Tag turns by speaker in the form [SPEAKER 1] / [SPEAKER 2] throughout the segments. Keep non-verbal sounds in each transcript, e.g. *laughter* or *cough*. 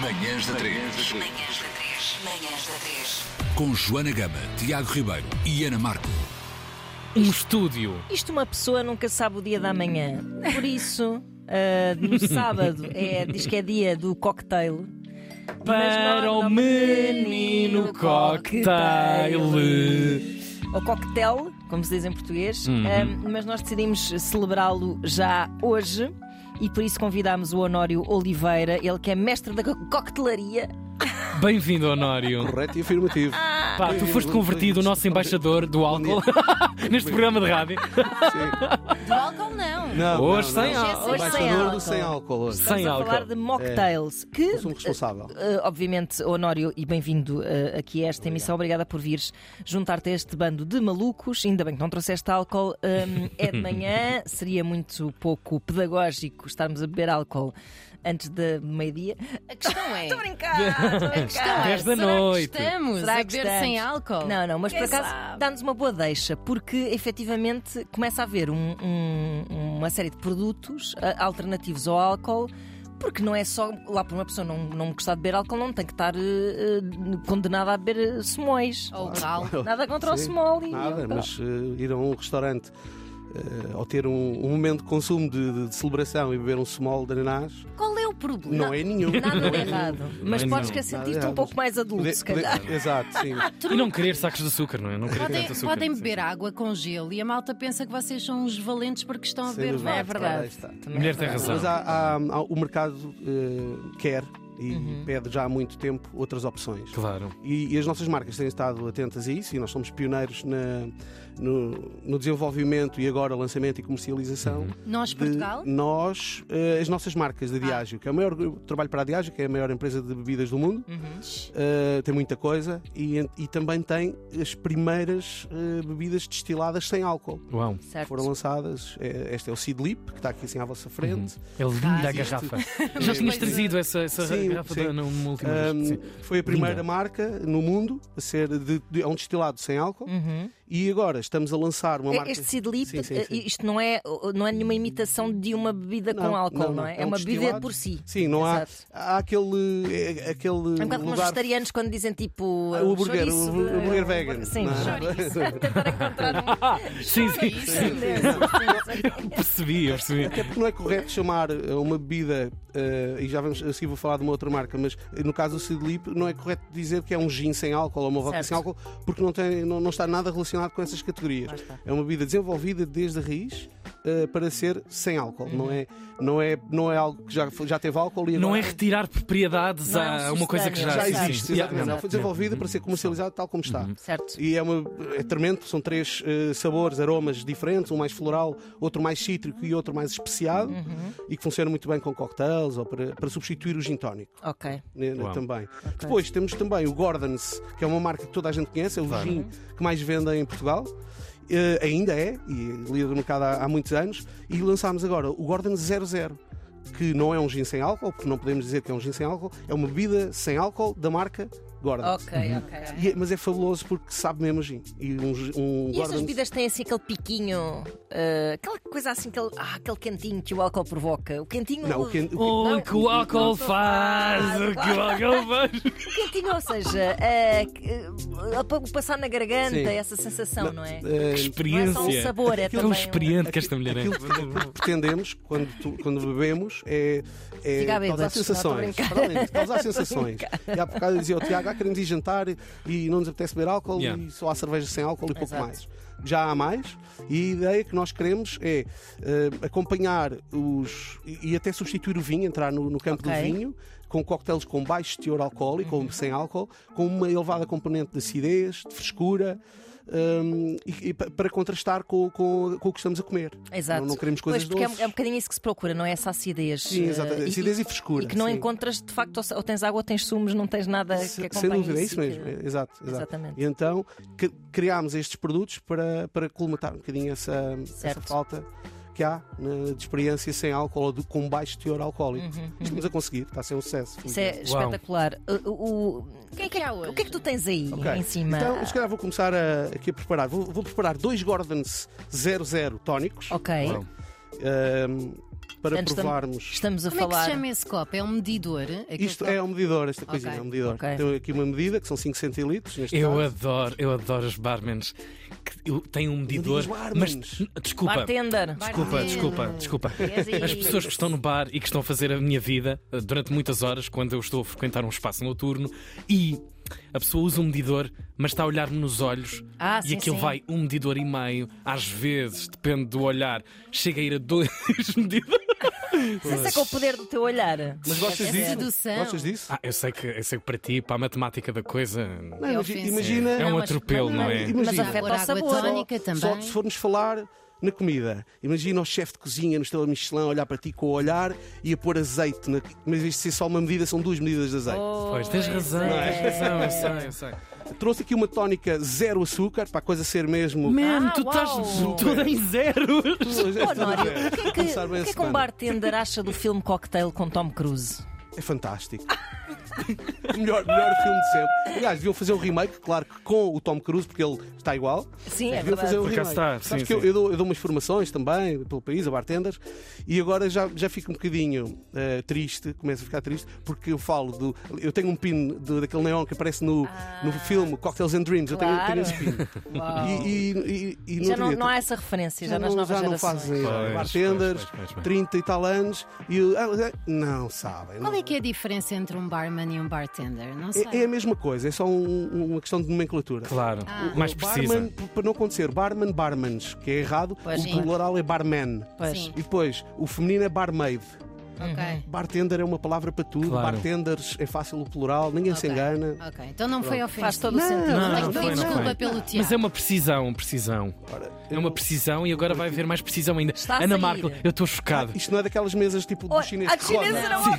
[SPEAKER 1] Manhãs da 3.
[SPEAKER 2] Manhãs da 3. Manhãs da 3.
[SPEAKER 1] Com Joana Gama, Tiago Ribeiro e Ana Marco.
[SPEAKER 3] Um estúdio.
[SPEAKER 4] Isto uma pessoa nunca sabe o dia da manhã.
[SPEAKER 3] *laughs*
[SPEAKER 4] Por isso, ah, no sábado, é, diz que é dia do cocktail. Mas
[SPEAKER 3] Para
[SPEAKER 4] não,
[SPEAKER 3] o
[SPEAKER 4] não,
[SPEAKER 3] menino cocktail.
[SPEAKER 4] Ou cocktail, como se diz em português.
[SPEAKER 3] Uhum.
[SPEAKER 4] Ah, mas nós decidimos celebrá-lo já hoje. E por isso convidámos o Honório Oliveira, ele que é mestre da co- coquetelaria.
[SPEAKER 3] Bem-vindo, Honório.
[SPEAKER 5] Correto e afirmativo.
[SPEAKER 3] Pá, tu foste convertido o nosso embaixador do álcool *laughs* neste programa de rádio.
[SPEAKER 5] Sim.
[SPEAKER 4] Do álcool não.
[SPEAKER 5] Não,
[SPEAKER 3] Hoje
[SPEAKER 5] não,
[SPEAKER 3] sem
[SPEAKER 5] não.
[SPEAKER 3] álcool.
[SPEAKER 4] Hoje sem
[SPEAKER 5] Embaixador
[SPEAKER 4] álcool.
[SPEAKER 5] do sem álcool hoje.
[SPEAKER 3] Sem-
[SPEAKER 4] Estamos a
[SPEAKER 3] álcool.
[SPEAKER 4] falar de mocktails, que
[SPEAKER 5] Sou um responsável.
[SPEAKER 4] Uh, obviamente, Honório, e bem-vindo uh, aqui a esta emissão. Obrigada por vires juntar-te a este bando de malucos. Ainda bem que não trouxeste álcool. Um, é de manhã, seria muito pouco pedagógico estarmos a beber álcool antes de meio-dia. *laughs*
[SPEAKER 6] A questão é.
[SPEAKER 4] Estou a brincar, estou a
[SPEAKER 6] Questão
[SPEAKER 4] brincar.
[SPEAKER 6] é,
[SPEAKER 3] Dez da
[SPEAKER 6] será
[SPEAKER 3] noite.
[SPEAKER 6] que estamos
[SPEAKER 4] Será
[SPEAKER 6] a
[SPEAKER 4] que
[SPEAKER 6] beber
[SPEAKER 4] estamos?
[SPEAKER 6] sem álcool?
[SPEAKER 4] Não, não, mas por acaso
[SPEAKER 6] sabe?
[SPEAKER 4] dá-nos uma boa deixa, porque efetivamente começa a haver um- um- uma série de produtos ah, alternativos ao álcool. Porque não é só lá por uma pessoa não, não gostar de beber álcool, não tem que estar eh, eh, condenada a beber eh, semóis.
[SPEAKER 6] Ou tal.
[SPEAKER 4] Nada contra
[SPEAKER 5] Oh. Sim,
[SPEAKER 4] o small e-
[SPEAKER 5] Nada, mas eh, ir a um restaurante eh, ou ter um, um momento de consumo de, de- de celebração e beber um small de ananás,
[SPEAKER 6] Qual é o problema?
[SPEAKER 5] não é nenhum. *laughs*
[SPEAKER 4] Nada de errado. Mas
[SPEAKER 3] Não é
[SPEAKER 4] podes
[SPEAKER 3] não.
[SPEAKER 4] querer sentir-te
[SPEAKER 5] Nada
[SPEAKER 4] um
[SPEAKER 5] de
[SPEAKER 4] pouco mais adulto,
[SPEAKER 5] Poder-
[SPEAKER 4] se calhar. Ah,
[SPEAKER 5] poder- Exato,
[SPEAKER 4] *laughs*
[SPEAKER 5] sim.
[SPEAKER 3] E não querer sacos de açúcar, não é? Não querer tanto
[SPEAKER 6] Podem,
[SPEAKER 3] açúcar.
[SPEAKER 6] podem
[SPEAKER 3] Sim.
[SPEAKER 6] beber água com gelo e a malta pensa que vocês são uns valentes porque estão a
[SPEAKER 5] Sem
[SPEAKER 6] beber
[SPEAKER 5] dúvida.
[SPEAKER 6] vodka.
[SPEAKER 4] É verdade.
[SPEAKER 5] Aí está.
[SPEAKER 4] Também
[SPEAKER 3] Mulher
[SPEAKER 4] é
[SPEAKER 3] tem
[SPEAKER 4] verdade.
[SPEAKER 3] razão.
[SPEAKER 5] Mas há, há- há- o mercado eh, quer e
[SPEAKER 4] Uhum.
[SPEAKER 5] pede já há muito tempo outras opções.
[SPEAKER 3] Claro.
[SPEAKER 5] E, e as nossas marcas têm estado atentas a isso e nós somos pioneiros na- no, no desenvolvimento e agora lançamento e comercialização.
[SPEAKER 3] Uhum.
[SPEAKER 6] Nós,
[SPEAKER 5] de
[SPEAKER 6] Portugal,
[SPEAKER 5] Nós, eh, as nossas marcas da Diageo, que é o maior eu trabalho para a Diageo, que é a maior empresa de bebidas do mundo, Eh, tem muita coisa e, e também tem as primeiras eh, bebidas destiladas sem álcool.
[SPEAKER 3] Uau.
[SPEAKER 4] Certo.
[SPEAKER 5] Foram lançadas, eh, este é o Sid Lip, que está aqui assim à vossa frente.
[SPEAKER 3] É linda a
[SPEAKER 6] existe.
[SPEAKER 3] *laughs* garrafa. Já tinhas
[SPEAKER 6] Mas-
[SPEAKER 3] trazido essa, essa
[SPEAKER 5] Sim,
[SPEAKER 3] garrafa
[SPEAKER 5] sim. Hum,
[SPEAKER 3] da- na numa última
[SPEAKER 5] Ahm,
[SPEAKER 3] vez. Sim.
[SPEAKER 5] foi a primeira
[SPEAKER 3] Linda.
[SPEAKER 5] marca no mundo a ser de, de- é um destilado sem álcool
[SPEAKER 4] Uhum. É
[SPEAKER 5] e agora estamos a lançar uma marca.
[SPEAKER 4] Este Sidlip,
[SPEAKER 5] Sim, sim, sim.
[SPEAKER 4] isto não é, não é nenhuma imitação de uma bebida
[SPEAKER 5] Não,
[SPEAKER 4] com álcool, não,
[SPEAKER 5] não, não.
[SPEAKER 4] é?
[SPEAKER 5] É
[SPEAKER 4] É
[SPEAKER 5] um
[SPEAKER 4] uma bebida
[SPEAKER 5] destilado.
[SPEAKER 4] por si.
[SPEAKER 5] Sim, não há,
[SPEAKER 4] Exato.
[SPEAKER 5] há aquele. eh, aquele
[SPEAKER 4] É um bocado como os
[SPEAKER 5] lugar Ah,
[SPEAKER 4] vegetarianos quando dizem tipo.
[SPEAKER 5] o hambúrguer,
[SPEAKER 4] chouriço
[SPEAKER 5] o
[SPEAKER 4] de-
[SPEAKER 5] hambúrguer vegan.
[SPEAKER 4] Sim,
[SPEAKER 5] não é?
[SPEAKER 4] chouriço.
[SPEAKER 5] *laughs*
[SPEAKER 4] Tentar encontrar um.
[SPEAKER 3] Sim, sim. Eu percebi, eu percebi.
[SPEAKER 5] Até porque não é correto chamar eh, uma bebida, eh, e já vamos, assim vou falar de uma outra marca, mas eh, no caso do Sidlip, não é correto dizer que é um gin sem álcool ou uma vodka
[SPEAKER 4] Certo.
[SPEAKER 5] sem álcool, porque não, tem, não, não está nada relacionado com essas
[SPEAKER 4] Lá
[SPEAKER 5] categorias.
[SPEAKER 4] está.
[SPEAKER 5] É uma bebida desenvolvida desde a raiz eh, para ser sem álcool.
[SPEAKER 4] Uhum.
[SPEAKER 5] Não, é, não, é, não é algo que já, foi- já teve álcool e
[SPEAKER 3] Não é
[SPEAKER 5] agora
[SPEAKER 3] retirar propriedades
[SPEAKER 4] Não é um
[SPEAKER 3] a uma coisa que já,
[SPEAKER 5] já
[SPEAKER 4] substância,
[SPEAKER 3] sim,
[SPEAKER 5] existe.
[SPEAKER 3] sim.
[SPEAKER 5] exatamente.
[SPEAKER 3] Yeah,
[SPEAKER 5] Ela foi desenvolvida para ser comercializada tal como está.
[SPEAKER 4] Certo.
[SPEAKER 5] E é, uma, é tremendo, são três eh, sabores, aromas diferentes, um mais floral, outro mais cítrico e outro mais especiado, e que funciona muito bem com cocktails ou para, para substituir o gin tónico
[SPEAKER 4] Ok.
[SPEAKER 5] né, né,
[SPEAKER 3] Uau.
[SPEAKER 5] também. Depois temos também o Gordon's, que é uma marca que toda a gente conhece, é o gin que mais vendem em Portugal. eh, ainda é, e líder do mercado há, há muitos anos, e lançámos agora o Gordon's 00, que não é um gin sem álcool, porque não podemos dizer que é um gin sem álcool, é uma bebida sem álcool da marca Gordon's.
[SPEAKER 4] Ok, ok.
[SPEAKER 5] E é- mas é fabuloso porque sabe mesmo gin. E um, gi- um
[SPEAKER 4] E estas
[SPEAKER 5] Gordon's-
[SPEAKER 4] bebidas têm assim aquele piquinho, eh, aquela coisa assim, aquele, ah, aquele cantinho que o álcool provoca. O cantinho.
[SPEAKER 5] Não, o que, é- o que-
[SPEAKER 4] Oh.
[SPEAKER 3] O que o álcool faz, o que o álcool faz.
[SPEAKER 4] o cantinho, ou seja, eh, que, eh, o passar na garganta,
[SPEAKER 5] Sim.
[SPEAKER 4] essa sensação, não, é?
[SPEAKER 5] eh,
[SPEAKER 4] Não é
[SPEAKER 3] experiência.
[SPEAKER 4] só um sabor, é
[SPEAKER 3] Tão
[SPEAKER 4] também. um-
[SPEAKER 3] experiente que esta mulher é.
[SPEAKER 5] aquilo que aquilo que pretendemos quando, tu- quando bebemos é, é
[SPEAKER 4] Ficar bêbado,
[SPEAKER 5] causar
[SPEAKER 4] não, estou a
[SPEAKER 5] sensações.
[SPEAKER 4] brincar.
[SPEAKER 5] Para além de causar sensações. E há bocado eu dizia ao Tiago, ah, queremos ir jantar e não nos apetece beber álcool
[SPEAKER 3] Yeah.
[SPEAKER 5] e só há cerveja sem álcool e pouco
[SPEAKER 4] Exato.
[SPEAKER 5] mais. Já há mais e a ideia que nós queremos é eh, acompanhar os e e até substituir o vinho, entrar no, no campo
[SPEAKER 4] Ok. Uhum.
[SPEAKER 5] do vinho com coquetéis com baixo teor alcoólico ou sem álcool, com uma elevada componente de acidez, de frescura. hum, e, e pa- para contrastar com, com- com o que estamos a comer.
[SPEAKER 4] Exato.
[SPEAKER 5] Não, não queremos coisas
[SPEAKER 4] pois, porque é um-
[SPEAKER 5] doces.
[SPEAKER 4] É, um bocadinho isso que se procura, não é? Essa acidez.
[SPEAKER 5] Sim,
[SPEAKER 4] eh,
[SPEAKER 5] exato.
[SPEAKER 4] e-
[SPEAKER 5] Acidez e frescura,
[SPEAKER 4] E que não
[SPEAKER 5] sim.
[SPEAKER 4] encontras, de facto, ou se- ou tens água, ou tens sumos, não tens nada que
[SPEAKER 5] Se-
[SPEAKER 4] acompanhe
[SPEAKER 5] Sem dúvida, é
[SPEAKER 4] e
[SPEAKER 5] isso mesmo.
[SPEAKER 4] que-
[SPEAKER 5] é, Exato, exato.
[SPEAKER 4] Exatamente.
[SPEAKER 5] E então que- criámos estes produtos para, para colmatar um bocadinho essa, essa
[SPEAKER 4] Certo.
[SPEAKER 5] falta que há né, de experiência sem álcool ou de- com baixo teor alcoólico. Estamos a conseguir, está a ser um sucesso.
[SPEAKER 4] Uhum, Isso é espetacular. O, o- o-
[SPEAKER 6] o que é que há hoje?
[SPEAKER 4] o que é que tu tens aí
[SPEAKER 5] Ok.
[SPEAKER 4] em cima?
[SPEAKER 5] Então, se calhar vou começar a- aqui a preparar. Vou, vou preparar dois Gordons 00 tónicos.
[SPEAKER 4] Ok.
[SPEAKER 3] Uau.
[SPEAKER 5] Ahm, para
[SPEAKER 4] Portanto, estamos-
[SPEAKER 5] provarmos.
[SPEAKER 4] Estamos a
[SPEAKER 6] Como é que
[SPEAKER 4] falar.
[SPEAKER 6] se chama esse copo? É um medidor? Aquele
[SPEAKER 5] Isto
[SPEAKER 6] copo?
[SPEAKER 5] é um medidor, esta coisinha
[SPEAKER 6] Ok,
[SPEAKER 5] é um medidor.
[SPEAKER 4] Então, ok.
[SPEAKER 5] Tem aqui uma medida que são 5 centilitros. Neste
[SPEAKER 3] Eu
[SPEAKER 5] caso.
[SPEAKER 3] adoro, eu adoro os barmans que eu- têm um medidor,
[SPEAKER 5] digas
[SPEAKER 3] mas
[SPEAKER 5] barmans.
[SPEAKER 3] n- desculpa.
[SPEAKER 4] Bartender.
[SPEAKER 3] um- Desculpa,
[SPEAKER 6] Barman.
[SPEAKER 3] desculpa, desculpa.
[SPEAKER 4] És aí.
[SPEAKER 3] As pessoas que estão no bar e que estão a fazer a minha vida eh, durante muitas horas, quando eu estou a frequentar um espaço noturno e a pessoa usa um medidor, mas está a olhar-me nos olhos
[SPEAKER 6] Ah,
[SPEAKER 3] e
[SPEAKER 6] sim,
[SPEAKER 3] aquilo
[SPEAKER 6] sim.
[SPEAKER 3] vai um medidor e meio, às vezes, depende do olhar, chega a ir a dois *laughs* medidores.
[SPEAKER 4] Mas é com o poder do teu olhar.
[SPEAKER 5] Mas gostas
[SPEAKER 6] É
[SPEAKER 5] disso?
[SPEAKER 6] sedução.
[SPEAKER 5] Gostas disso?
[SPEAKER 3] Ah, eu sei que, eu sei que para ti, para a matemática da coisa,
[SPEAKER 5] Não,
[SPEAKER 6] É
[SPEAKER 5] imagi-
[SPEAKER 6] ofensivo.
[SPEAKER 5] imagina.
[SPEAKER 3] é um
[SPEAKER 6] mas-
[SPEAKER 3] atropelo, não é?
[SPEAKER 5] Imagina.
[SPEAKER 4] Mas afeta
[SPEAKER 6] Agora,
[SPEAKER 4] o
[SPEAKER 6] água
[SPEAKER 4] sabor.
[SPEAKER 6] tónica também.
[SPEAKER 5] Só se formos falar na comida. Imagina o chefe de cozinha no Estrela Michelin a olhar para ti com o olhar e a pôr azeite. Na... Mas isto ser só uma medida, são duas medidas de azeite.
[SPEAKER 4] Oh.
[SPEAKER 3] Pois, tens razão, tens razão, eu sei, eu sei.
[SPEAKER 5] Trouxe aqui uma tónica zero açúcar, para a coisa ser mesmo.
[SPEAKER 3] Man,
[SPEAKER 4] Ah,
[SPEAKER 3] tu estás
[SPEAKER 4] uau.
[SPEAKER 3] toda em zeros.
[SPEAKER 4] Honório, o que é que,
[SPEAKER 5] Começar bem a
[SPEAKER 4] o que, é que um
[SPEAKER 5] semana.
[SPEAKER 4] bartender acha do filme Cocktail com Tom Cruise?
[SPEAKER 5] É fantástico. *laughs* melhor, melhor filme de sempre. Aliás, deviam fazer um remake, claro que com o Tom Cruise, porque ele está igual.
[SPEAKER 4] Sim, é
[SPEAKER 5] Deviam fazer um
[SPEAKER 3] Por
[SPEAKER 4] verdade.
[SPEAKER 3] acaso
[SPEAKER 5] remake.
[SPEAKER 3] está,
[SPEAKER 5] Sabes
[SPEAKER 3] sim,
[SPEAKER 5] que eu-
[SPEAKER 3] sim.
[SPEAKER 5] Eu, dou, eu dou umas formações também pelo país, a bartenders, e agora já, já fico um bocadinho eh, triste, começo a ficar triste, porque eu falo do. Eu tenho um pin de- daquele neon que aparece no, no
[SPEAKER 4] Ah,
[SPEAKER 5] filme Cocktails and Dreams. Eu tenho, eu tenho esse pin.
[SPEAKER 4] Uau.
[SPEAKER 5] E, e- e- e no
[SPEAKER 4] já
[SPEAKER 5] outro
[SPEAKER 4] não,
[SPEAKER 5] dia-
[SPEAKER 4] não há essa referência, já,
[SPEAKER 5] já
[SPEAKER 4] nas
[SPEAKER 5] não,
[SPEAKER 4] novas
[SPEAKER 5] já não
[SPEAKER 4] gerações.
[SPEAKER 5] fazem
[SPEAKER 3] Pois,
[SPEAKER 5] bartenders,
[SPEAKER 3] pois, pois, pois, pois.
[SPEAKER 5] 30 e tal anos, e ah, não sabem. não
[SPEAKER 6] Qual é que é a diferença entre um barman e um bartender? Não sei.
[SPEAKER 5] é, é a mesma coisa, é só um- uma questão de nomenclatura.
[SPEAKER 3] Claro, mais precisa.
[SPEAKER 5] Ah. Barman, p- para não acontecer, barman, barmans, que é errado,
[SPEAKER 6] Pois,
[SPEAKER 5] o
[SPEAKER 6] sim.
[SPEAKER 5] plural é barman.
[SPEAKER 4] Pois.
[SPEAKER 6] Sim.
[SPEAKER 5] E depois, o feminino é barmaid.
[SPEAKER 4] Uhum.
[SPEAKER 6] Ok.
[SPEAKER 5] Bartender é uma palavra para tudo,
[SPEAKER 3] Claro.
[SPEAKER 5] bartenders é fácil o plural, ninguém se
[SPEAKER 6] Ok.
[SPEAKER 5] engana.
[SPEAKER 6] Ok, então não foi ofensivo.
[SPEAKER 4] Faz todo o sentido.
[SPEAKER 6] Não,
[SPEAKER 3] Não, não
[SPEAKER 6] tenho
[SPEAKER 3] foi, não
[SPEAKER 6] desculpa
[SPEAKER 3] foi.
[SPEAKER 6] pelo
[SPEAKER 3] Mas é
[SPEAKER 6] Tiago.
[SPEAKER 3] uma precisão, precisão.
[SPEAKER 5] Ora,
[SPEAKER 3] É
[SPEAKER 5] eu-
[SPEAKER 3] uma precisão e agora vai haver mais precisão ainda.
[SPEAKER 4] Está a
[SPEAKER 3] Ana
[SPEAKER 4] sair.
[SPEAKER 3] Marco, eu estou chocado.
[SPEAKER 5] Isto não é daquelas mesas tipo
[SPEAKER 4] Oh,
[SPEAKER 5] dos chineses
[SPEAKER 4] a
[SPEAKER 5] que rodam.
[SPEAKER 4] chinesa era óbvio.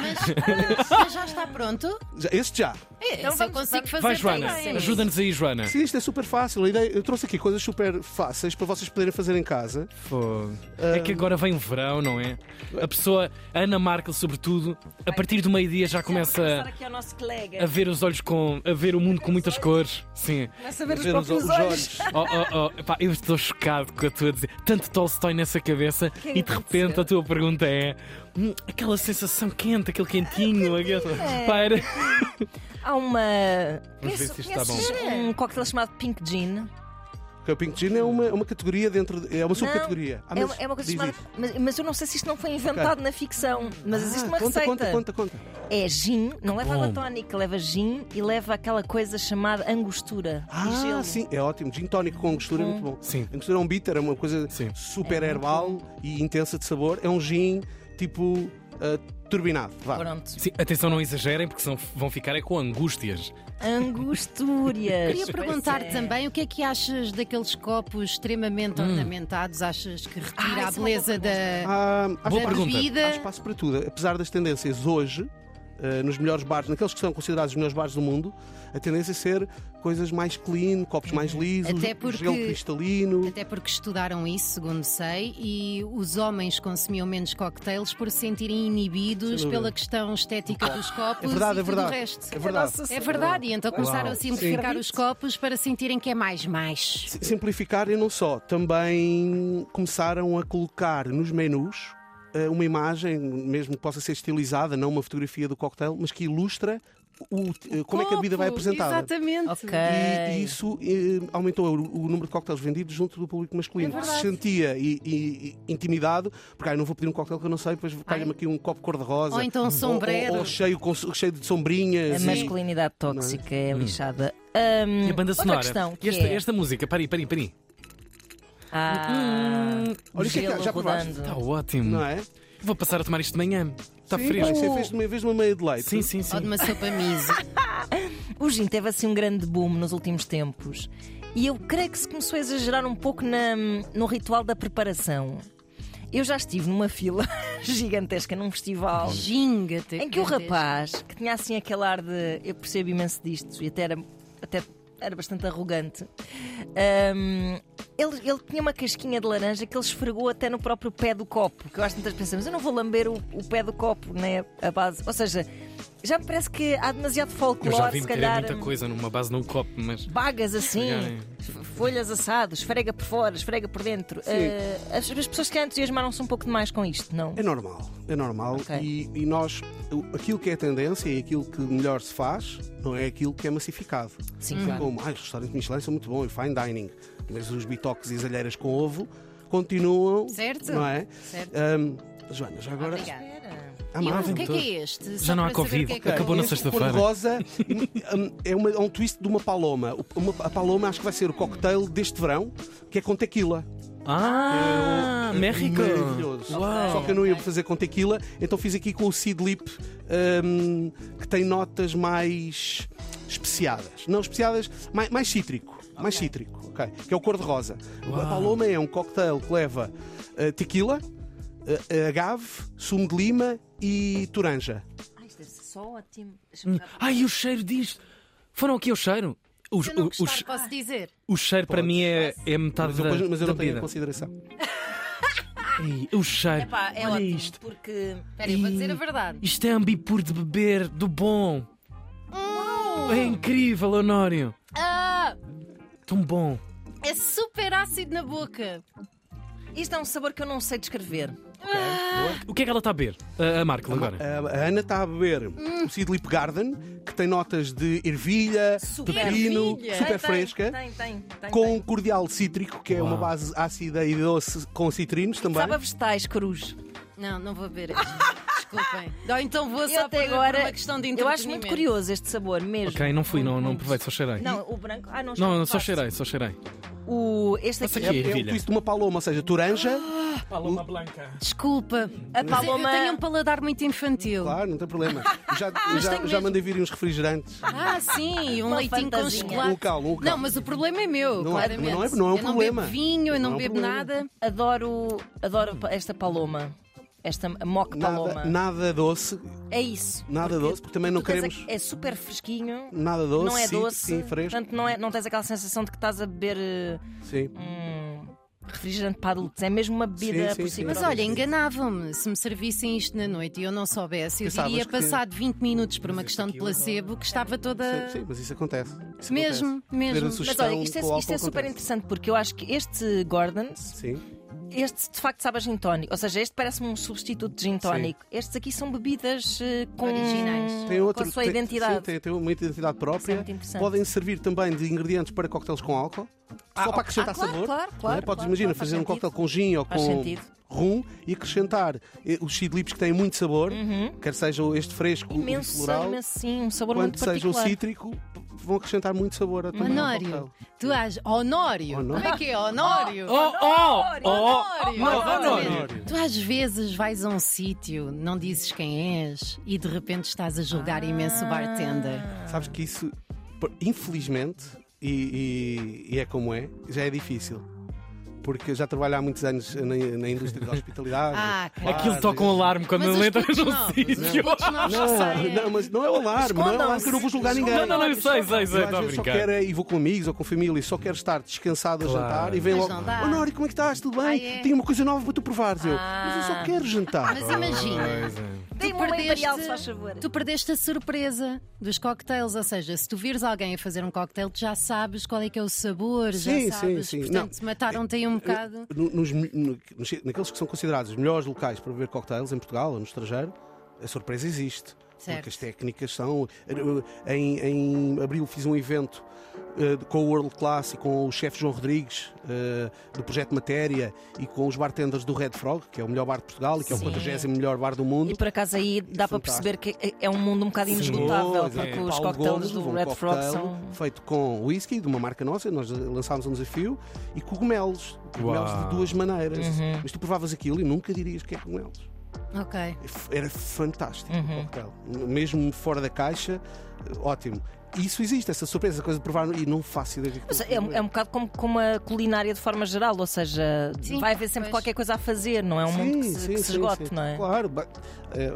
[SPEAKER 6] Mas, mas já está pronto?
[SPEAKER 5] Já- Este já.
[SPEAKER 6] É,
[SPEAKER 4] Então
[SPEAKER 6] se eu
[SPEAKER 4] vamos-
[SPEAKER 6] consigo fazer
[SPEAKER 3] Vai,
[SPEAKER 6] tem
[SPEAKER 3] Joana,
[SPEAKER 6] que ser.
[SPEAKER 3] ajuda-nos aí, Joana.
[SPEAKER 5] Sim, isto é super fácil. A ideia- eu trouxe aqui coisas super fáceis para vocês poderem fazer em casa.
[SPEAKER 3] Fogo.
[SPEAKER 5] Ah.
[SPEAKER 3] É que agora vem o verão, não é? A pessoa, a Ana Markel, sobretudo, a partir do meio-dia já começa
[SPEAKER 4] aqui ao nosso
[SPEAKER 3] a
[SPEAKER 4] colega.
[SPEAKER 3] ver os olhos com. a ver o mundo com muitas cores. Sim.
[SPEAKER 4] Começa a ver os
[SPEAKER 5] Ver os,
[SPEAKER 4] próprios
[SPEAKER 5] os
[SPEAKER 4] olhos.
[SPEAKER 5] olhos.
[SPEAKER 3] Oh, oh, oh. Epá, eu estou chocado com a tua dizer. Tanto Tolstói nessa cabeça
[SPEAKER 4] é que
[SPEAKER 3] e de repente
[SPEAKER 4] aconteceu?
[SPEAKER 3] a tua pergunta é hum, aquela sensação quente, aquele quentinho, aquele. Pá, era-
[SPEAKER 4] Há uma.
[SPEAKER 3] Vamos ver se isto está bom.
[SPEAKER 4] conheces um cocktail chamado Pink Gin.
[SPEAKER 5] Porque o Pink Gin é uma, é uma categoria dentro. de- é uma subcategoria. Ah,
[SPEAKER 4] é,
[SPEAKER 5] mas
[SPEAKER 4] uma, é uma coisa
[SPEAKER 5] diz
[SPEAKER 4] chamada.
[SPEAKER 5] isso.
[SPEAKER 4] Mas, mas eu não sei se isto não foi inventado na ficção. Mas existe
[SPEAKER 5] Ah,
[SPEAKER 4] uma
[SPEAKER 5] conta,
[SPEAKER 4] receita.
[SPEAKER 5] conta, conta, conta.
[SPEAKER 4] É gin, não leva
[SPEAKER 3] bom.
[SPEAKER 4] água tónica, leva gin e leva aquela coisa chamada angostura. e
[SPEAKER 5] Ah,
[SPEAKER 4] gelo.
[SPEAKER 5] sim, é ótimo. Gin tónico com angostura é muito bom.
[SPEAKER 3] Sim.
[SPEAKER 5] Angostura é um bitter, é uma coisa
[SPEAKER 3] Sim.
[SPEAKER 5] super herbal e intensa de sabor. É um gin tipo ah, turbinado. Vá.
[SPEAKER 4] Pronto.
[SPEAKER 3] Sim, atenção, não exagerem, porque senão vão ficar é com angústias.
[SPEAKER 4] Angostúrias.
[SPEAKER 6] Queria perguntar também o que é que achas daqueles copos extremamente
[SPEAKER 5] Hum.
[SPEAKER 6] ornamentados? Achas que retira
[SPEAKER 4] Ah,
[SPEAKER 6] a
[SPEAKER 4] isso é uma
[SPEAKER 6] beleza da,
[SPEAKER 5] Ah, há,
[SPEAKER 3] Boa
[SPEAKER 6] da
[SPEAKER 5] espaço,
[SPEAKER 3] pergunta.
[SPEAKER 5] há
[SPEAKER 6] bebida?
[SPEAKER 5] espaço para tudo. Apesar das tendências hoje, ah, nos melhores bares, naqueles que são considerados os melhores bares do mundo, a tendência é ser coisas mais clean, copos mais lisos,
[SPEAKER 6] Até porque-
[SPEAKER 5] gelo cristalino.
[SPEAKER 6] Até porque estudaram isso, segundo sei, e os homens consumiam menos cocktails por se sentirem inibidos
[SPEAKER 5] dúvida.
[SPEAKER 6] pela questão estética dos copos
[SPEAKER 5] É verdade,
[SPEAKER 6] e
[SPEAKER 5] é verdade.
[SPEAKER 6] tudo o resto.
[SPEAKER 5] É verdade.
[SPEAKER 6] É verdade, e então começaram
[SPEAKER 3] Uau.
[SPEAKER 6] a simplificar os copos para sentirem que é mais, mais.
[SPEAKER 5] Si- Simplificar e não só, também começaram a colocar nos menus eh, uma imagem, mesmo que possa ser estilizada, não uma fotografia do cocktail, mas que ilustra o- eh, como é que a bebida vai
[SPEAKER 6] Copo,
[SPEAKER 5] apresentada.
[SPEAKER 6] Exatamente.
[SPEAKER 4] Ok.
[SPEAKER 5] E, e isso eh, aumentou o, o número de cocktails vendidos junto do público
[SPEAKER 6] É
[SPEAKER 5] masculino, que se sentia e, e- e intimidado, porque ah, eu não vou pedir um cocktail que eu não sei, depois calha-me aqui um copo cor-de-rosa.
[SPEAKER 6] Ou então um sombreiro. É
[SPEAKER 5] Ou, ou cheio, com- cheio de sombrinhas.
[SPEAKER 4] A
[SPEAKER 5] e-
[SPEAKER 4] masculinidade tóxica é
[SPEAKER 5] Hum.
[SPEAKER 4] lixada. Ahm,
[SPEAKER 3] E a banda
[SPEAKER 4] outra
[SPEAKER 3] sonora.
[SPEAKER 4] Questão, que
[SPEAKER 3] esta,
[SPEAKER 4] é...
[SPEAKER 3] esta música, peraí, peraí, peraí.
[SPEAKER 4] Ah,
[SPEAKER 5] Olha, isto é que
[SPEAKER 4] gelo
[SPEAKER 5] já provaste?
[SPEAKER 4] rodando.
[SPEAKER 3] Está Tá ótimo.
[SPEAKER 5] Não é?
[SPEAKER 3] Vou passar a tomar isto de manhã. Está
[SPEAKER 5] Sim, vai
[SPEAKER 3] fresco.
[SPEAKER 5] ser fez de uma, fez de uma meia de leite.
[SPEAKER 3] Sim, sim,
[SPEAKER 6] Ou de
[SPEAKER 3] sim.
[SPEAKER 6] uma sopa miso.
[SPEAKER 4] O gin teve assim um grande boom nos últimos tempos e eu creio que se começou a exagerar um pouco na- no ritual da preparação. Eu já estive numa fila *laughs* gigantesca num festival
[SPEAKER 6] Ginga,
[SPEAKER 4] em que o rapaz, que tinha assim aquele ar de eu percebo imenso disto e até era, até era bastante arrogante, hum, ele, ele tinha uma casquinha de laranja que ele esfregou até no próprio pé do copo. Que eu acho que muitas pessoas pensam, mas eu não vou lamber o, o pé do copo, né? A base. Ou seja, já me parece que há demasiado
[SPEAKER 3] Eu já
[SPEAKER 4] folclore,
[SPEAKER 3] vi meter
[SPEAKER 4] se calhar. hum.
[SPEAKER 5] É,
[SPEAKER 3] muita coisa numa base num copo, mas.
[SPEAKER 4] Bagas assim,
[SPEAKER 3] Esfregarem.
[SPEAKER 4] f- folhas assadas, esfrega por fora, esfrega por dentro. Eh, as, as pessoas que entusiasmaram-se um pouco demais com isto, não?
[SPEAKER 5] É normal, é normal.
[SPEAKER 4] Ok.
[SPEAKER 5] E, e nós, o- aquilo que é tendência e aquilo que melhor se faz, não é aquilo que é massificado.
[SPEAKER 4] Sim,
[SPEAKER 5] Assim
[SPEAKER 4] claro.
[SPEAKER 5] como, ah, os restaurantes Michelin são muito bons e fine dining, mas os bitoques e as alheiras com ovo continuam.
[SPEAKER 6] Certo.
[SPEAKER 5] Não é? ah,
[SPEAKER 6] Certo.
[SPEAKER 5] Ahm, Joana, já agora.
[SPEAKER 6] Obrigada.
[SPEAKER 4] Era.
[SPEAKER 5] Há
[SPEAKER 6] E
[SPEAKER 5] mais?
[SPEAKER 6] o que é que é este?
[SPEAKER 3] Já
[SPEAKER 6] Só
[SPEAKER 3] não há
[SPEAKER 6] para saber
[SPEAKER 3] Covid.
[SPEAKER 6] o que é que
[SPEAKER 3] Acabou
[SPEAKER 6] é.
[SPEAKER 3] na
[SPEAKER 5] Este
[SPEAKER 3] sexta-feira.
[SPEAKER 5] cor rosa hum, é, uma- é um twist de uma paloma. O- uma- a paloma acho que vai ser o cocktail deste verão, que é com tequila.
[SPEAKER 3] Ah,
[SPEAKER 5] é
[SPEAKER 3] México!
[SPEAKER 5] Maravilhoso.
[SPEAKER 3] Uau.
[SPEAKER 5] Só que eu não ia fazer com tequila, então fiz aqui com o Seed Lip, hum, que tem notas mais especiadas. Não especiadas, mais, mais cítrico. Mais cítrico, ok. Que é o cor-de-rosa. A Paloma é um cocktail que leva eh, tequila, eh, agave, sumo de lima e toranja.
[SPEAKER 4] Ai, isto deve ser só ótimo.
[SPEAKER 3] Hum. Ai, o cheiro disto! Foram aqui ao cheiro? O,
[SPEAKER 6] Se eu não
[SPEAKER 3] o- Ah. o
[SPEAKER 6] gostar,
[SPEAKER 3] che-
[SPEAKER 6] posso dizer.
[SPEAKER 3] o cheiro para mim é, é metade
[SPEAKER 5] Mas eu,
[SPEAKER 3] da,
[SPEAKER 5] depois- mas eu
[SPEAKER 3] da
[SPEAKER 5] não tenho em
[SPEAKER 3] bebida.
[SPEAKER 5] consideração.
[SPEAKER 3] Ei, o cheiro.
[SPEAKER 4] Epá, é
[SPEAKER 3] Olha
[SPEAKER 4] ótimo,
[SPEAKER 3] isto.
[SPEAKER 4] porque
[SPEAKER 6] Espera, eu vou dizer a
[SPEAKER 3] Ih,
[SPEAKER 6] verdade.
[SPEAKER 3] Isto é ambipur de beber, do bom. É incrível, Honório.
[SPEAKER 6] Ah,
[SPEAKER 3] Tão bom.
[SPEAKER 6] é super ácido na boca.
[SPEAKER 4] isto é um sabor que eu não sei descrever.
[SPEAKER 3] O que é que ela está a beber? A, a Marco, agora.
[SPEAKER 5] A, a Ana está a beber o Seed Lip Garden, que tem notas de ervilha,
[SPEAKER 4] Super
[SPEAKER 5] pepino,
[SPEAKER 6] ervilha.
[SPEAKER 5] super
[SPEAKER 4] Tem, tem,
[SPEAKER 5] fresca.
[SPEAKER 4] Tem, tem, tem.
[SPEAKER 5] com
[SPEAKER 4] tem.
[SPEAKER 5] um cordial cítrico, que é uma
[SPEAKER 3] Uau.
[SPEAKER 5] base ácida e doce com citrinos também.
[SPEAKER 4] Sabe a vegetais, cruz.
[SPEAKER 6] Não, não vou ver isto. Desculpem. Ou então vou
[SPEAKER 4] Eu
[SPEAKER 6] só
[SPEAKER 4] até
[SPEAKER 6] por,
[SPEAKER 4] agora.
[SPEAKER 6] por uma questão de
[SPEAKER 4] eu acho muito
[SPEAKER 6] entretenimento.
[SPEAKER 4] curioso este sabor mesmo.
[SPEAKER 3] Ok, não fui, não, não provei, só cheirei.
[SPEAKER 4] Não, o branco. Ah, não,
[SPEAKER 3] Não, não, só
[SPEAKER 4] provaste.
[SPEAKER 3] cheirei, só cheirei.
[SPEAKER 4] O, este
[SPEAKER 3] Essa
[SPEAKER 4] aqui.
[SPEAKER 3] aqui
[SPEAKER 5] É o
[SPEAKER 3] ervilha.
[SPEAKER 5] twist de uma paloma, ou seja, toranja,
[SPEAKER 3] Paloma Blanca.
[SPEAKER 6] Desculpa.
[SPEAKER 4] A
[SPEAKER 6] Mas eu-
[SPEAKER 4] paloma-
[SPEAKER 6] Eu tenho um paladar muito infantil.
[SPEAKER 5] claro, não tem problema. Já, já,
[SPEAKER 6] tenho
[SPEAKER 5] já
[SPEAKER 6] mesmo.
[SPEAKER 5] mandei vir uns refrigerantes.
[SPEAKER 4] *laughs*
[SPEAKER 6] Ah, sim, um
[SPEAKER 4] Uma
[SPEAKER 6] leitinho com
[SPEAKER 4] fantasinha.
[SPEAKER 6] chocolate.
[SPEAKER 5] Um calmo, um calmo.
[SPEAKER 6] Não, mas o problema é meu,
[SPEAKER 5] Não é-
[SPEAKER 6] claramente.
[SPEAKER 5] não é- não é um
[SPEAKER 6] eu
[SPEAKER 5] problema.
[SPEAKER 6] não bebo vinho, eu
[SPEAKER 5] Não
[SPEAKER 6] não,
[SPEAKER 5] é um
[SPEAKER 6] bebo
[SPEAKER 5] problema.
[SPEAKER 6] nada.
[SPEAKER 4] Adoro, adoro pa- esta paloma. Esta mock paloma.
[SPEAKER 5] Nada, nada doce,
[SPEAKER 4] É isso.
[SPEAKER 5] nada doce, porque também não
[SPEAKER 4] tu tens a-
[SPEAKER 5] queremos
[SPEAKER 4] É super fresquinho.
[SPEAKER 5] nada doce.
[SPEAKER 4] não é
[SPEAKER 5] cítrico,
[SPEAKER 4] doce.
[SPEAKER 5] Sim, fresco.
[SPEAKER 4] Portanto, não, é, não tens aquela sensação de que estás a beber eh,
[SPEAKER 5] Sim.
[SPEAKER 4] um refrigerante para adultos. É mesmo uma bebida
[SPEAKER 5] Sim, sim,
[SPEAKER 4] por
[SPEAKER 5] sim.
[SPEAKER 4] si
[SPEAKER 6] Mas
[SPEAKER 4] própria.
[SPEAKER 6] olha, enganavam-me. Se me servissem isto na noite e eu não soubesse, eu
[SPEAKER 5] Pensavas
[SPEAKER 6] diria
[SPEAKER 5] que-
[SPEAKER 6] passado 20 minutos por uma questão de placebo que estava toda.
[SPEAKER 5] é? Sim, sim, mas isso acontece. Isso
[SPEAKER 6] Mesmo,
[SPEAKER 5] acontece.
[SPEAKER 6] mesmo.
[SPEAKER 5] Ver a
[SPEAKER 6] Mas
[SPEAKER 4] Mas
[SPEAKER 5] sugestão
[SPEAKER 4] olha, isto é,
[SPEAKER 5] com o
[SPEAKER 4] isto é
[SPEAKER 5] álcool
[SPEAKER 4] super
[SPEAKER 5] acontece.
[SPEAKER 4] interessante porque eu acho que este Gordon's,
[SPEAKER 5] Sim,
[SPEAKER 4] este de facto sabe a gin tónico. Ou seja, este parece-me um substituto de gin tónico. Estes aqui são bebidas eh, com,
[SPEAKER 6] Originais.
[SPEAKER 5] tem outro,
[SPEAKER 4] com a sua
[SPEAKER 5] tem-
[SPEAKER 4] identidade. é
[SPEAKER 5] Sim, tem, tem uma identidade própria.
[SPEAKER 4] muito interessante.
[SPEAKER 5] Podem servir também de ingredientes para coquetéis com álcool, só para acrescentar
[SPEAKER 4] ah, claro,
[SPEAKER 5] sabor.
[SPEAKER 4] claro,
[SPEAKER 5] não é?
[SPEAKER 4] claro,
[SPEAKER 5] Podes
[SPEAKER 4] claro,
[SPEAKER 5] imaginar
[SPEAKER 4] claro, faz
[SPEAKER 5] fazer
[SPEAKER 4] sentido.
[SPEAKER 5] um coquetel com gin ou
[SPEAKER 4] Faz
[SPEAKER 5] com
[SPEAKER 4] sentido.
[SPEAKER 5] rum e acrescentar eh, os chili lips que têm muito sabor, quer seja este fresco,
[SPEAKER 4] Uhum. imenso,
[SPEAKER 5] o um floral,
[SPEAKER 4] imenso, sim, um sabor
[SPEAKER 5] quanto
[SPEAKER 4] muito
[SPEAKER 5] seja o
[SPEAKER 4] particular.
[SPEAKER 5] cítrico, p- vão acrescentar muito sabor a também. ao
[SPEAKER 6] Um Honório,
[SPEAKER 5] coquetel.
[SPEAKER 6] tu és.
[SPEAKER 5] Honório.
[SPEAKER 6] Honório!
[SPEAKER 5] Ah,
[SPEAKER 6] Como é que é? Honório!
[SPEAKER 3] Oh, oh, oh,
[SPEAKER 6] Honório!
[SPEAKER 3] Não,
[SPEAKER 6] Honório!
[SPEAKER 3] Honório.
[SPEAKER 5] oh, Honório.
[SPEAKER 6] Tu às vezes vais a um sítio, não dizes quem és e de repente estás a julgar imenso o bartender.
[SPEAKER 5] Sabes que isso, por- infelizmente, e, e- e é como é, já é difícil. Porque eu já trabalho há muitos anos na, na indústria
[SPEAKER 4] *laughs*
[SPEAKER 5] da hospitalidade.
[SPEAKER 6] Ah, claro.
[SPEAKER 3] Aquilo toca um alarme quando
[SPEAKER 6] Mas
[SPEAKER 3] ele
[SPEAKER 6] os
[SPEAKER 3] entra
[SPEAKER 6] putos
[SPEAKER 3] no
[SPEAKER 6] novos,
[SPEAKER 3] sítio.
[SPEAKER 6] os putos novos que
[SPEAKER 5] Não,
[SPEAKER 6] saem.
[SPEAKER 5] não, mas não é o alarme, não é o alarme que eu não vou julgar ninguém.
[SPEAKER 3] Não, não, não, eu sei, sei, sei,
[SPEAKER 5] Eu às
[SPEAKER 3] estou a
[SPEAKER 5] vezes só
[SPEAKER 3] brincar.
[SPEAKER 5] quero é, e vou com amigos ou com família e só quero estar descansado a
[SPEAKER 3] Claro.
[SPEAKER 5] jantar e vem
[SPEAKER 6] Mas
[SPEAKER 5] logo.
[SPEAKER 6] não dá.
[SPEAKER 5] Honório, como é que estás? Tudo bem?
[SPEAKER 6] Ah, é? Ah.
[SPEAKER 5] Tenho uma coisa nova para tu provares. Eu, mas eu só quero jantar.
[SPEAKER 6] Mas imagina,
[SPEAKER 4] Tem
[SPEAKER 6] tu
[SPEAKER 4] uma um imperial, se
[SPEAKER 6] perdeste,
[SPEAKER 4] faz favor.
[SPEAKER 6] tu perdeste a surpresa dos cocktails, ou seja, se tu vires alguém a fazer um cocktail, tu já sabes qual é que é o sabor,
[SPEAKER 5] Sim,
[SPEAKER 6] já sabes,
[SPEAKER 5] sim, eh, sim.
[SPEAKER 6] portanto mataram-te aí um bocado.
[SPEAKER 5] No- nos- no- nos- naqueles que são considerados os melhores locais para beber cocktails em Portugal ou no estrangeiro, a surpresa existe.
[SPEAKER 6] Certo.
[SPEAKER 5] Porque as técnicas são. eh, Em, em abril fiz um evento eh, com o World Class e com o chefe João Rodrigues eh, do Projeto Matéria e com os bartenders do Red Frog, que é o melhor bar de Portugal e que é o
[SPEAKER 6] Sim.
[SPEAKER 5] 40 melhor bar do mundo.
[SPEAKER 4] E por acaso aí dá para perceber que é- é um mundo um bocadinho
[SPEAKER 5] Ah, Sim.
[SPEAKER 4] inesgotável,
[SPEAKER 5] Oh, exato.
[SPEAKER 4] porque os
[SPEAKER 5] Paulo Gomes
[SPEAKER 4] cocktails do
[SPEAKER 5] levou um
[SPEAKER 4] Red Frog
[SPEAKER 5] cocktail
[SPEAKER 4] são.
[SPEAKER 5] Feito com whisky, de uma marca nossa, nós lançámos um desafio, e cogumelos. Cogumelos
[SPEAKER 3] Uau.
[SPEAKER 5] de duas maneiras. Mas tu provavas aquilo e nunca dirias que é cogumelos.
[SPEAKER 6] Ok.
[SPEAKER 5] Era fantástico o cocktail. Mesmo fora da caixa, ótimo. Isso existe, essa surpresa, essa coisa de provar e não faço ideia do que
[SPEAKER 4] Mas É, um- é um bocado como, como a culinária de forma geral, ou seja,
[SPEAKER 6] Sim,
[SPEAKER 4] vai haver sempre
[SPEAKER 6] pois.
[SPEAKER 4] qualquer coisa a fazer, não é um mundo que se, que se esgote, não é?
[SPEAKER 5] Claro, ba- eh,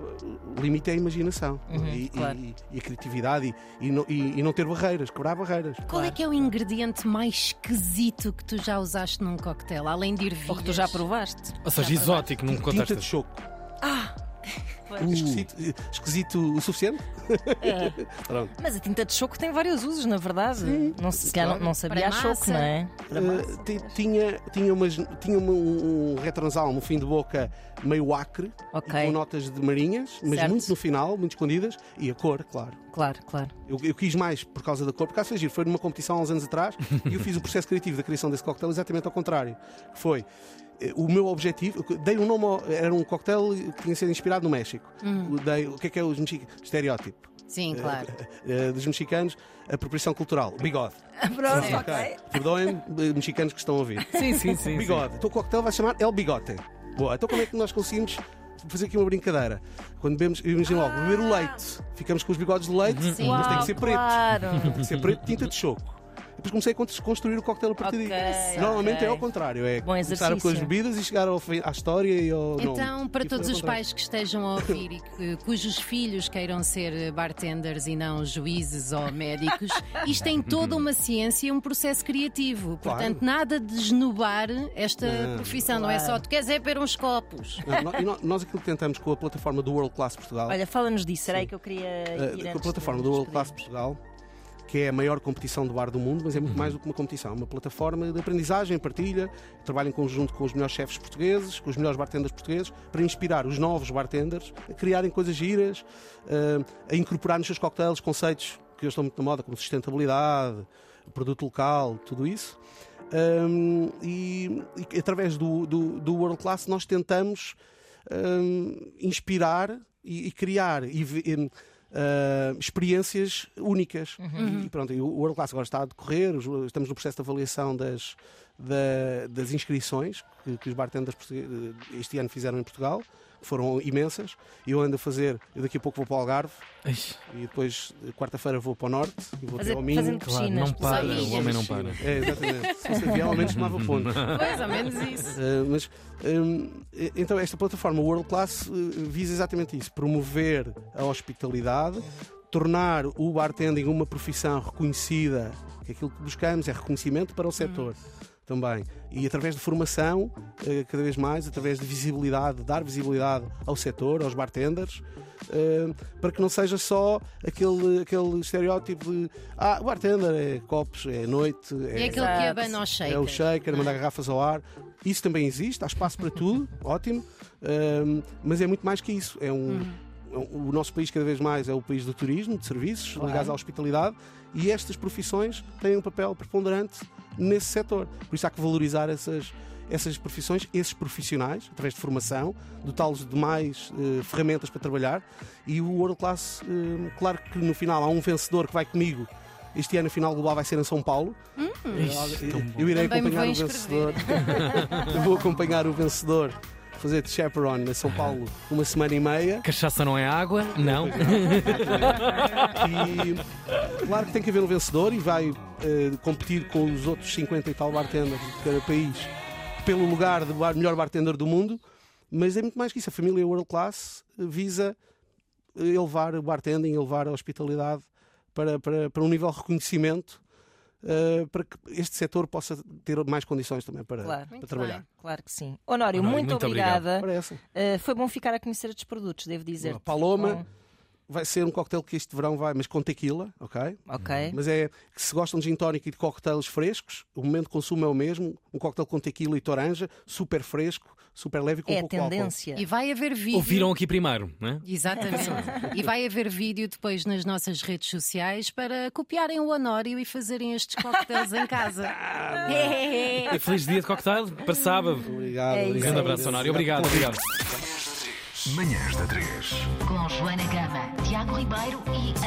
[SPEAKER 5] o limite é a imaginação e, e-
[SPEAKER 4] claro.
[SPEAKER 5] e- e a criatividade e, e não, e- e não ter barreiras, quebrar barreiras.
[SPEAKER 6] Qual é que é o ingrediente mais esquisito que tu já usaste num cocktail, além de ervilhas?
[SPEAKER 4] Ou que tu já provaste?
[SPEAKER 3] Um Ou seja, exótico, não me
[SPEAKER 5] Tinta de
[SPEAKER 4] Ah!
[SPEAKER 3] contaste.
[SPEAKER 5] choco.
[SPEAKER 4] pois.
[SPEAKER 5] Esquisito, esquisito o suficiente? Pronto.
[SPEAKER 4] Mas a tinta de choco tem vários usos, na verdade. não, se, se calhar não, não sabia
[SPEAKER 6] Para
[SPEAKER 4] a choco,
[SPEAKER 6] massa.
[SPEAKER 4] não é?
[SPEAKER 5] Eh, ti- tinha tinha, umas, tinha uma- um, um retransalmo, um fim de boca meio acre,
[SPEAKER 4] Ok.
[SPEAKER 5] e com notas de marinhas, mas
[SPEAKER 4] Certo.
[SPEAKER 5] muito no final, muito escondidas, e a cor, claro.
[SPEAKER 4] Claro, claro.
[SPEAKER 5] Eu, eu quis mais por causa da cor, porque foi giro, foi numa competição há uns anos atrás e eu fiz o processo criativo da criação desse coquetel exatamente ao contrário. que Foi eh, o meu objetivo, eu dei um nome, ao- era um coquetel que tinha sido inspirado no México.
[SPEAKER 4] Hum.
[SPEAKER 5] Eu Dei, o que é que é os mexicanos? Estereótipo
[SPEAKER 6] Sim, claro.
[SPEAKER 5] eh, dos mexicanos, apropriação cultural, bigode.
[SPEAKER 4] Pronto,
[SPEAKER 5] Ok. Perdoem-me, eh, mexicanos que estão a ouvir.
[SPEAKER 3] Sim, sim, sim.
[SPEAKER 5] Bigode. Então o coquetel vai chamar El Bigote. Boa, então como é que nós conseguimos fazer aqui uma brincadeira? Quando bebemos, imagina logo, beber o leite, ficamos com os bigodes de leite,
[SPEAKER 6] Sim.
[SPEAKER 5] mas tem que ser preto.
[SPEAKER 4] Claro.
[SPEAKER 5] Tem que ser preto, tinta de choco. Depois comecei a cont- construir o coquetel a partir
[SPEAKER 4] Ok,
[SPEAKER 5] daí. Normalmente
[SPEAKER 4] ok.
[SPEAKER 5] é ao contrário, é
[SPEAKER 4] Bom
[SPEAKER 5] começar com as
[SPEAKER 4] exercício.
[SPEAKER 5] bebidas e chegar ao fim- à história e ao nome.
[SPEAKER 6] Então, para
[SPEAKER 5] E foi
[SPEAKER 6] todos
[SPEAKER 5] ao
[SPEAKER 6] os
[SPEAKER 5] contrário.
[SPEAKER 6] pais que estejam a ouvir e que- cujos filhos queiram ser bartenders e não juízes ou médicos, isto tem toda uma ciência e um processo criativo.
[SPEAKER 5] Claro.
[SPEAKER 6] Portanto, nada de esnobar esta profissão, não é
[SPEAKER 4] claro.
[SPEAKER 6] só tu queres é beber uns copos.
[SPEAKER 5] Não, nó- e nó- nós aquilo que tentamos com a plataforma do World Class
[SPEAKER 4] *laughs*
[SPEAKER 5] Portugal.
[SPEAKER 4] Olha, fala-nos disso, era aí que eu queria
[SPEAKER 5] Uh,
[SPEAKER 4] ir
[SPEAKER 5] com a
[SPEAKER 4] antes
[SPEAKER 5] plataforma
[SPEAKER 4] de-
[SPEAKER 5] do
[SPEAKER 4] nos
[SPEAKER 5] World Class
[SPEAKER 4] pedirmos.
[SPEAKER 5] Portugal, que é a maior competição de bar do mundo, mas é muito mais do que uma competição, é uma plataforma de aprendizagem, partilha, trabalho em conjunto com os melhores chefes portugueses, com os melhores bartenders portugueses, para inspirar os novos bartenders a criarem coisas giras, uh, a incorporar nos seus cocktails conceitos que hoje estão muito na moda, como sustentabilidade, produto local, tudo isso. Um, e, e através do, do, do World Class nós tentamos hum, inspirar e, e criar e ve- em, ah, experiências únicas.
[SPEAKER 4] Uhum.
[SPEAKER 5] E pronto, e o World Class agora está a decorrer, os- estamos no processo de avaliação das, da- das inscrições que, que os bartenders portugue- eh, este ano fizeram em Portugal, que foram imensas. Eu ando a fazer, eu daqui a pouco vou para o Algarve
[SPEAKER 3] Ixi,
[SPEAKER 5] e depois eh, quarta-feira vou para o Norte e vou até
[SPEAKER 4] Fazer-
[SPEAKER 5] ao Minho.
[SPEAKER 4] fazendo
[SPEAKER 3] claro,
[SPEAKER 4] piscinas.
[SPEAKER 3] não para,
[SPEAKER 6] só
[SPEAKER 3] o
[SPEAKER 6] ilhas.
[SPEAKER 3] homem não para.
[SPEAKER 5] É, exatamente. Se fosse avião, ao menos tomava pontos.
[SPEAKER 6] Mais ou menos isso.
[SPEAKER 5] Uh, mas um, e- então esta plataforma World Class uh, visa exatamente isso: promover a hospitalidade, tornar o bartending uma profissão reconhecida, que aquilo que buscamos é reconhecimento para o setor também. E através de formação, uh, cada vez mais, através de visibilidade, dar visibilidade ao setor, aos bartenders, uh, para que não seja só aquele, aquele estereótipo de ah, o bartender é copos, é noite,
[SPEAKER 6] É aquilo que é bem nós
[SPEAKER 5] é o shaker, mandar garrafas ao ar. Isso também existe, há espaço para tudo, *laughs* ótimo. Ahm, mas é muito mais que isso. É um, é um- o nosso país, cada vez mais, é o país do turismo, de serviços, ligados à hospitalidade. E estas profissões têm um papel preponderante nesse setor. Por isso há que valorizar essas. Essas profissões, esses profissionais, através de formação, dotá-los de mais eh, ferramentas para trabalhar e o World Class, eh, claro que no final há um vencedor que vai comigo. Este ano a final global vai ser em São Paulo.
[SPEAKER 3] Ixi, tão bom.
[SPEAKER 5] Eu irei
[SPEAKER 6] Também me
[SPEAKER 5] acompanhar
[SPEAKER 6] vou
[SPEAKER 5] o vencedor. Eu *laughs* vou acompanhar o vencedor, fazer de chaperone a São Paulo uma semana e meia.
[SPEAKER 3] Cachaça não é água? Não.
[SPEAKER 5] E claro que tem que haver um vencedor e vai eh, competir com os outros 50 e tal bartenders de cada país pelo lugar de bar- melhor bartender do mundo. Mas é muito mais que isso. A família World Class visa elevar o bartending, elevar a hospitalidade para, para, para um nível de reconhecimento. eh, para que este setor possa ter mais condições também para,
[SPEAKER 4] Claro.
[SPEAKER 5] para
[SPEAKER 6] Muito
[SPEAKER 5] trabalhar.
[SPEAKER 6] bem.
[SPEAKER 4] Claro que sim. Honório,
[SPEAKER 3] Honório,
[SPEAKER 4] muito,
[SPEAKER 3] muito
[SPEAKER 4] obrigada.
[SPEAKER 5] Ora, essa.
[SPEAKER 4] Uh, foi bom ficar a conhecer outros produtos, devo dizer.
[SPEAKER 5] A Paloma vai ser um coquetel que este verão vai, mas com tequila, ok?
[SPEAKER 4] Ok.
[SPEAKER 5] Mas é que se gostam de gin tónico e de coquetéis frescos, o momento de consumo é o mesmo. Um coquetel com tequila e toranja, super fresco, super leve e com
[SPEAKER 4] É a
[SPEAKER 5] pouco álcool.
[SPEAKER 4] tendência.
[SPEAKER 6] E vai haver vídeo.
[SPEAKER 3] Ouviram aqui primeiro, não é?
[SPEAKER 6] Exatamente. e vai haver vídeo depois nas nossas redes sociais para copiarem o Honório e fazerem estes coquetéis em casa.
[SPEAKER 3] É feliz dia de cocktail para sábado. Um
[SPEAKER 5] Obrigado,
[SPEAKER 4] É isso,
[SPEAKER 5] obrigado.
[SPEAKER 3] Grande abraço, Sonário. Obrigado, obrigado.
[SPEAKER 1] Manhãs da 3.
[SPEAKER 2] Com Joana Gama, Tiago Ribeiro e Ana